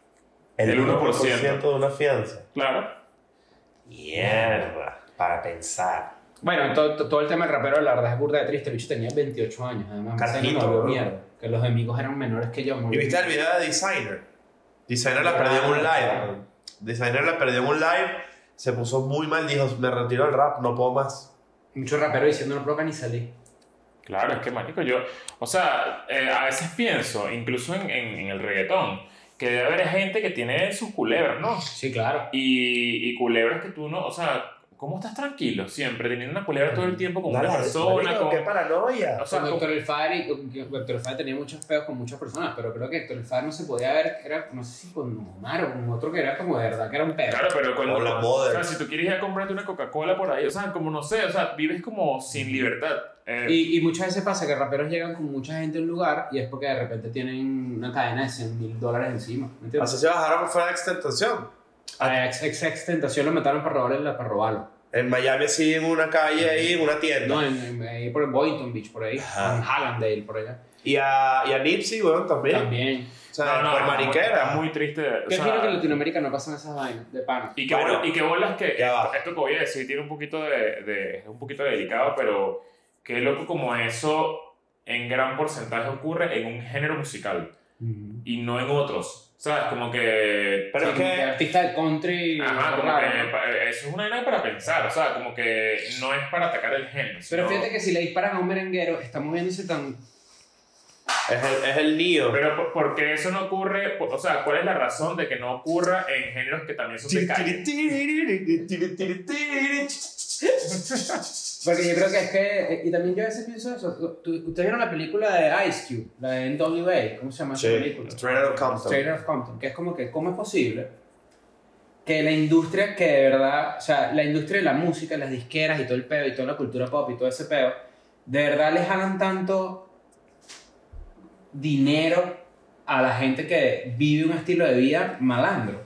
el 1% de una fianza. Claro. Mierda. Para pensar. Bueno, to- to- todo el tema del rapero, la verdad es burda de triste. El bicho tenía 28 años, además. me Carajito, salió bro. mierda. Que los amigos eran menores que yo. muy ¿Y viste bien. el video de Designer? Designer la perdió en un live. Designer la perdió en un live. Se puso muy mal. Dijo, me retiro el rap, no puedo más. Muchos raperos diciendo no provoca ni salir. Claro, es que marico, yo. O sea, eh, a veces pienso, incluso en, en- en el reggaetón, que debe haber gente que tiene sus culebras, ¿no? Sí, claro. Y, y culebras que tú no. O sea, ¿cómo estás tranquilo siempre? Teniendo una culebra todo el tiempo con una Dale, persona. Mm, marico, Con, ¡Qué paranoia! o sea, con con- Doctor El Fari, Doctor El Fari tenía muchos peos con muchas personas, pero creo que Doctor El Fari no se podía ver, era, no sé si con Omar o con otro que era como de verdad que era un pedo. Claro, pero cuando. O la o sea, Mother. si tú quieres ir a comprarte una Coca-Cola por ahí, o sea, como no sé, o sea, vives como sin libertad. Eh, Y, y muchas veces pasa que raperos llegan con mucha gente a un lugar y es porque de repente tienen una cadena de 100 mil dólares encima. ¿Me entiendes? Así se bajaron fuera de extensión. A ex, ex, ex Tentación lo mataron para robarle la para robarlo. En Miami sí, en una calle ahí, en una tienda. No, en, en- ahí por Boynton Beach, por ahí. Ajá. En Hallandale, por allá. Y a, y a Nipsey, weón, también. También. O sea, por está muy- mariquera. Está muy triste. o Qué sea, giro que en Latinoamérica no pasan esas vainas, de pana. y, que Bueno, bolas, y que bolas que. ya va. Ah, Esto que voy a decir tiene un poquito de, de- es un poquito delicado, pero qué loco como eso en gran porcentaje ocurre en un género musical y no en otros. ¿Sabes? Como que. Pero es Como que- artista de country. Ajá, como raro, que ¿no? pa- eh, eso es una era para pensar, o sea, como que no es para atacar el género. Pero sino- fíjate que si le disparan a un merenguero, está moviéndose tan. Es el, es el Neo. Pero por- porque eso no ocurre, Por- o sea, ¿cuál es la razón de que no ocurra en géneros que también son de calle? Porque yo creo que es que. eh, Y también yo a veces pienso eso. ¿Tú- ¿Ustedes vieron la película de Ice Cube? La de NWA. ¿Cómo se llama esa Sí, película? Straight Outta Compton. Straight Outta Compton. Que es como que, ¿cómo es posible que la industria que de verdad. O sea, la industria de la música, las disqueras y todo el pedo, y toda la cultura pop y todo ese pedo, de verdad les jalan tanto dinero a la gente que vive un estilo de vida malandro.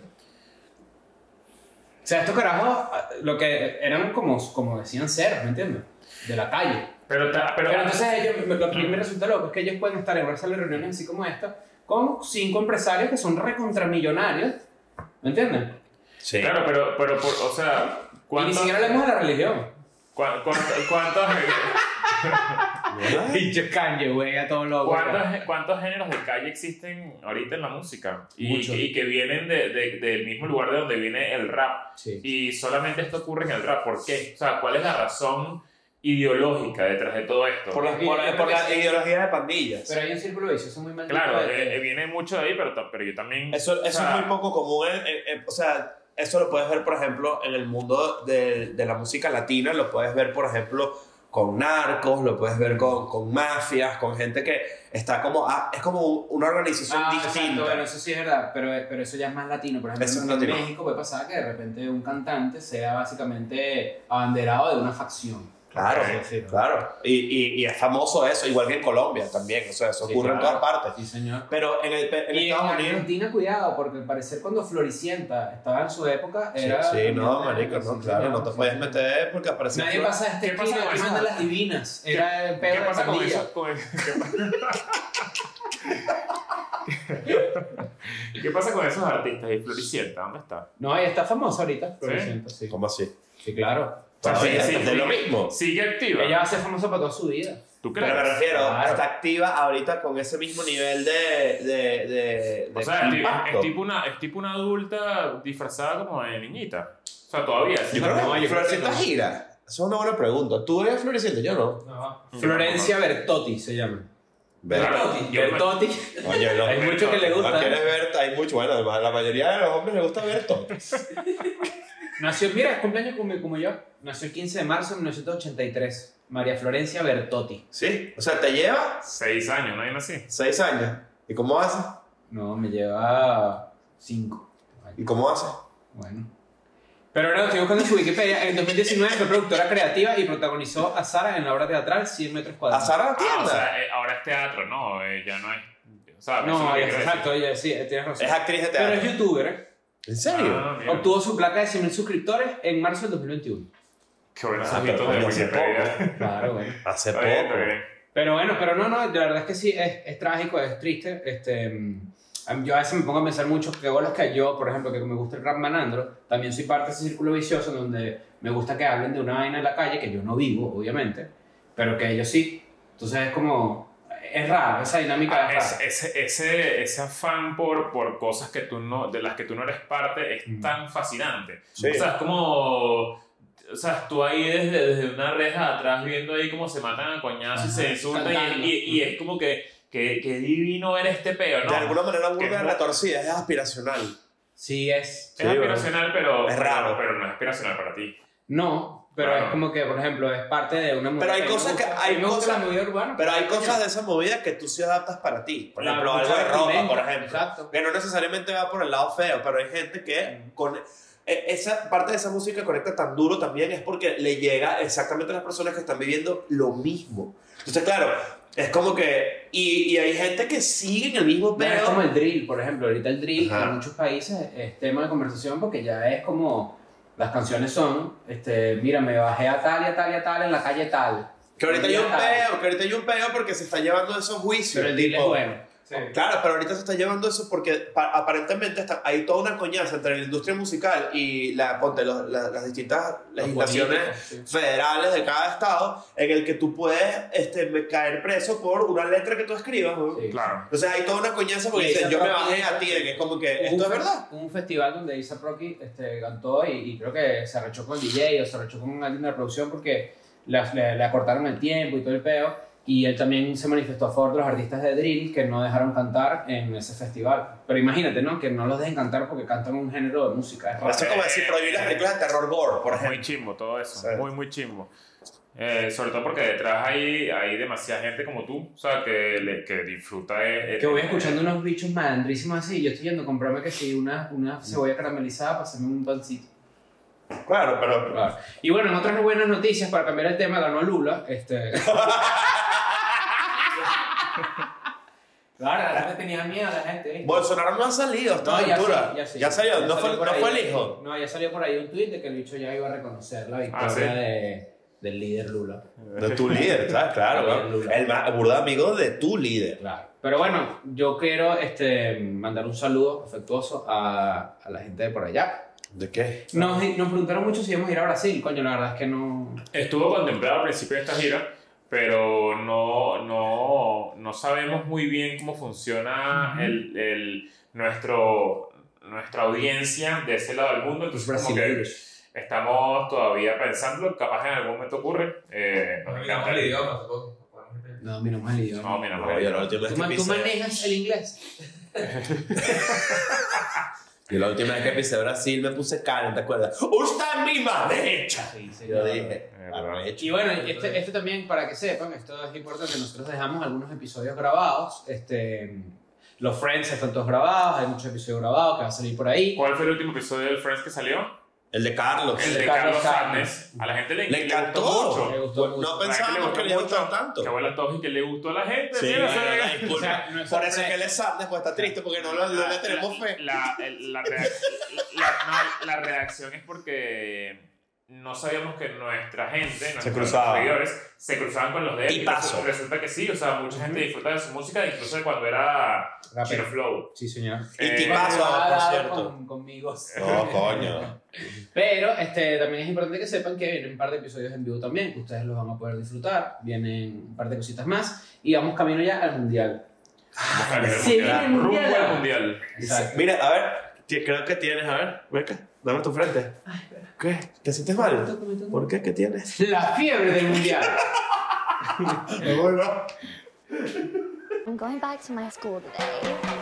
O sea, estos carajos, ah, lo que eran como, como decían ser, ¿me entiendes? De la calle. Pero, ta- pero, Pero entonces ellos, lo que a mí me resulta loco es que ellos pueden estar en una sala de reuniones así como esta, con cinco empresarios que son recontramillonarios, ¿me entienden? Sí. claro, pero, pero por- o sea, Y ni ¿cuántos, siquiera hablemos de la religión. cua- cuánto- cuántos, ¿Verdad? Pinche Kanye, güey, a todo loco. cuántos- cuántos géneros de calle existen ahorita en la música? Y, Muchos. y que vienen de- de- del mismo lugar de donde viene el rap. Sí. Y solamente esto ocurre en el rap. ¿Por qué? O sea, ¿cuál es la razón ideológica detrás de todo esto? Por, las- por, la- por la ideología de pandillas. Pero hay un círculo vicioso muy mal Claro, dirigido de- eh, eh, viene mucho de ahí, pero, ta- pero yo también... Eso, o eso sea, es muy poco común. en- en- en- o sea, eso lo puedes ver, por ejemplo, en el mundo de, de la música latina. Lo puedes ver, por ejemplo, con narcos, lo puedes ver con, con mafias, con gente que está como. ah, es como un- una organización Ah, exacto, distinta. bueno, eso sí es verdad, pero, pero eso ya es más latino. Por ejemplo, Eso es en latino. México puede pasar que de repente un cantante sea básicamente abanderado de una facción. Claro, Sí, sí, ¿no? claro. Y, y- y es famoso eso, igual que en Colombia también. O sea, eso Sí, ocurre en claro. todas partes. Sí, señor. Pero en, el, en Y en Estados Unidos. Argentina, cuidado, porque al parecer cuando Floricienta estaba en su época, Sí, era. sí, no, también- marico, no, sí, claro, señor. no te puedes meter porque aparece. Nadie pasa este a esta ¿Qué pasa esquina, con aquí eso? mandan las divinas. Era el ¿Qué perro de pasa con pandilla. eso? con- ¿Qué pasa con esos artistas? ¿Y Floricienta? ¿Dónde está? No, ella está famosa ahorita, Floricienta, sí. ¿Cómo así? Sí, claro. sea, Todavía sí, sí, es de sí. lo mismo. ¿Sigue activa? Ella va a ser famosa para toda su vida. ¿Tú crees? Pero me refiero, Claro. está activa ahorita con ese mismo nivel de. de, de, de O sea, es, ti- impacto. es tipo una, es tipo una adulta disfrazada como de niñita. O sea, todavía. sí, Yo creo no, que yo creo que Florecienta no. gira. Eso es una buena pregunta. ¿Tú eres Florecienta? Yo no. No. Mm. Florencia Bertotti se llama. Claro. Bertotti. Yo- Bertotti. Oye, no. Hay mucho que le No gusta. quieres ver, hay mucho. Bueno, además, a la mayoría de los hombres les gusta ver todo. Nació, mira, es cumpleaños como, como yo. Nació el 15 de marzo de 1983. María Florencia Bertotti. Sí. O sea, te lleva Seis años, ¿no hay así? seis años. ¿Y cómo haces? No, me lleva 5. ¿Y cómo haces? Bueno. Pero ahora estoy buscando en su Wikipedia. En 2019 fue productora creativa y protagonizó a Sara en la obra teatral 100 metros ¿A cuadrados. Sara la Ah, o tienda? sea, eh, ahora es teatro, no, eh, ya no es. O sea, eso es lo No, que quiero decir. Ah, exacto, ella sí, eh, tienes razón. es actriz de Pero es teatro. youtuber. ¿En serio? Ah, mira. Obtuvo su placa de 100.000 suscriptores en marzo del 2021. Qué buenos Ah, pero asuntos de coño, hace Wikipedia. Claro, bueno. Hace Está bien, está poco. bien. Pero bueno, pero no, no, la verdad es que sí, es, es trágico, es triste. Este, mm, a mí- yo a veces me pongo a pensar mucho que bolas que yo, por ejemplo, que me gusta el rap manandro, también soy parte de ese círculo vicioso en donde me gusta que hablen de una vaina en la calle que yo no vivo, obviamente, pero que ellos sí. Entonces es como, es raro, esa dinámica Ah, es rara. ese, ese, ese, ese afán por, por cosas que tú no, de las que tú no eres parte es Mm. tan fascinante. Sí. O sea, es como. O sea, tú ahí desde, desde una reja atrás viendo ahí cómo se matan a coñazos y Ajá, se insultan cantando. y, y, y es como que, que, que divino era este peo, ¿no? De alguna manera Que burda es de retorcida, es aspiracional. Sí es. Sí, Es aspiracional, pero. Es raro. Pero, pero no es aspiracional para ti. No, pero Claro. es como que, por ejemplo, es parte de una movida Pero hay a mí me cosas que- gusta- hay a mí me gusta cosas- la movida urbana. Pero hay coño, cosas de esa movida que tú sí adaptas para ti. Por la ejemplo, algo mucha de ropa, por vestimenta, ejemplo. Exacto. Que no necesariamente va por el lado feo, pero hay gente que con e- esa parte de esa música conecta tan duro también es porque le llega exactamente a las personas que están viviendo lo mismo. Entonces, claro, es como que. Y, y hay gente que sigue en el mismo Bueno, es como peo. el drill, por ejemplo. Ahorita el drill Ajá. en muchos países es tema de conversación porque ya es como las canciones son, este, mira, me bajé a tal y a tal y a tal en la calle tal. Que ahorita hay un Tal. peo, que ahorita hay un peo porque se está llevando esos juicios. Pero el drill es tipo, bueno. Sí. Claro, pero ahorita se está llevando eso porque pa- aparentemente está, hay toda una coñaza entre la industria musical y la, ponte, los- la- las distintas Los legislaciones políticos, sí. federales de cada estado en el que tú puedes este, me- caer preso por una letra que tú escribas. ¿no? Sí. Claro. Entonces hay toda una coñaza Y porque dicen, esa yo me propia- bajé a ti, que es como que, Hubo ¿esto es un fe- verdad? hubo Un festival donde Isa Rocky este, cantó y, y creo que se arrechó con el DJ o se arrechó con alguien de la producción porque la- le, le acortaron el tiempo y todo el peo. Y él también se manifestó a favor de los artistas de drill que no dejaron cantar en ese festival. Pero imagínate, ¿no? Que no los dejen cantar porque cantan un género de música. es raro. Eso es como decir, prohibir las películas de terror gore, por ejemplo. Muy chimbo todo eso, Sí. muy, muy chimbo. Eh, sobre todo porque detrás hay, hay demasiada gente como tú, o sea, que, le- que disfruta. eh, eh, Que voy escuchando unos bichos malandrísimos así. y Yo estoy yendo a comprarme que sí, una, Mm. una cebolla caramelizada para hacerme un pancito. Claro, pero... Claro. Ah. Y bueno, en otras buenas noticias, para cambiar el tema, ganó Lula. Este... claro, la gente tenía miedo a la gente. ¿eh? Bolsonaro no ha salido a esta No, ya altura. sí, ya sí. salió, Ya no, fue, salió por no ahí. fue el hijo. No, ya salió por ahí un tuit de que el bicho ya iba a reconocer la victoria Ah, ¿sí? de- del líder Lula. De tu líder, ¿sabes? Claro, Lula. weón. el más burda amigo de tu líder. Claro. Pero bueno, yo quiero este, mandar un saludo afectuoso a, a la gente de por allá. ¿De qué? Nos, nos preguntaron mucho si íbamos a ir a Brasil, coño, la verdad es que no. Estuvo contemplado al principio de esta gira, pero no, no, no sabemos muy bien cómo funciona el, el- nuestro, nuestra audiencia de ese lado del mundo. Pues, Entonces, como que estamos todavía pensando, capaz en algún momento ocurre. Eh, No nos dominamos encanta. el idioma tampoco. Bueno, No, mira, mal No, idioma. mira, No, yo la última vez ¿Tú, que man- tú pisé, manejas el inglés? yo la última vez que pisé Brasil me puse cara, ¿te acuerdas? ¡Usted Ah, misma derecha! Sí, sí. Yo dije, verdad. arrecho. Y bueno, este, este también, para que sepan, esto es importante, nosotros dejamos algunos episodios grabados. Este, los Friends están todos grabados, hay muchos episodios grabados que van a salir por ahí. ¿Cuál fue el último episodio del Friends que salió? El de Carlos. El de de Carlos Carlos Sánchez. A la gente le, Le encantó. gustó mucho. Me gustó mucho. No La gente le pensábamos gustó que le iba a gustar mucho, tanto. Que vuelan todos y que le gustó a la gente. Sí, mira, o sea, la disculpa. o sea, no es Por eso es que sorpresa. él es Sardes, pues está triste porque no, lo- no le tenemos la, fe. La, la reac- la- no, la reacción es porque no sabíamos que nuestra gente, nuestros cruzaba. seguidores, se cruzaban con los de él. Y resulta- paso. Resulta que sí, o sea, mucha gente disfruta de su música, incluso de cuando era Chino Rapero. Flow. Sí, señor. Y Eh, tipazo, Ah, por ah, cierto. con- conmigo. No, coño. Pero este, también es importante que sepan que vienen un par de episodios en vivo también, que ustedes los van a poder disfrutar. Vienen un par de cositas más. Y vamos camino ya al mundial. Sí, Sí, el Rumbo mundial. al mundial. Exacto. Mira, a ver, ti- creo que tienes, a ver, ven acá, dame tu frente. ¿Qué? ¿Te sientes mal? ¿Por qué? ¿Qué tienes? La fiebre del mundial. Me vuelvo. I'm going back to my school today.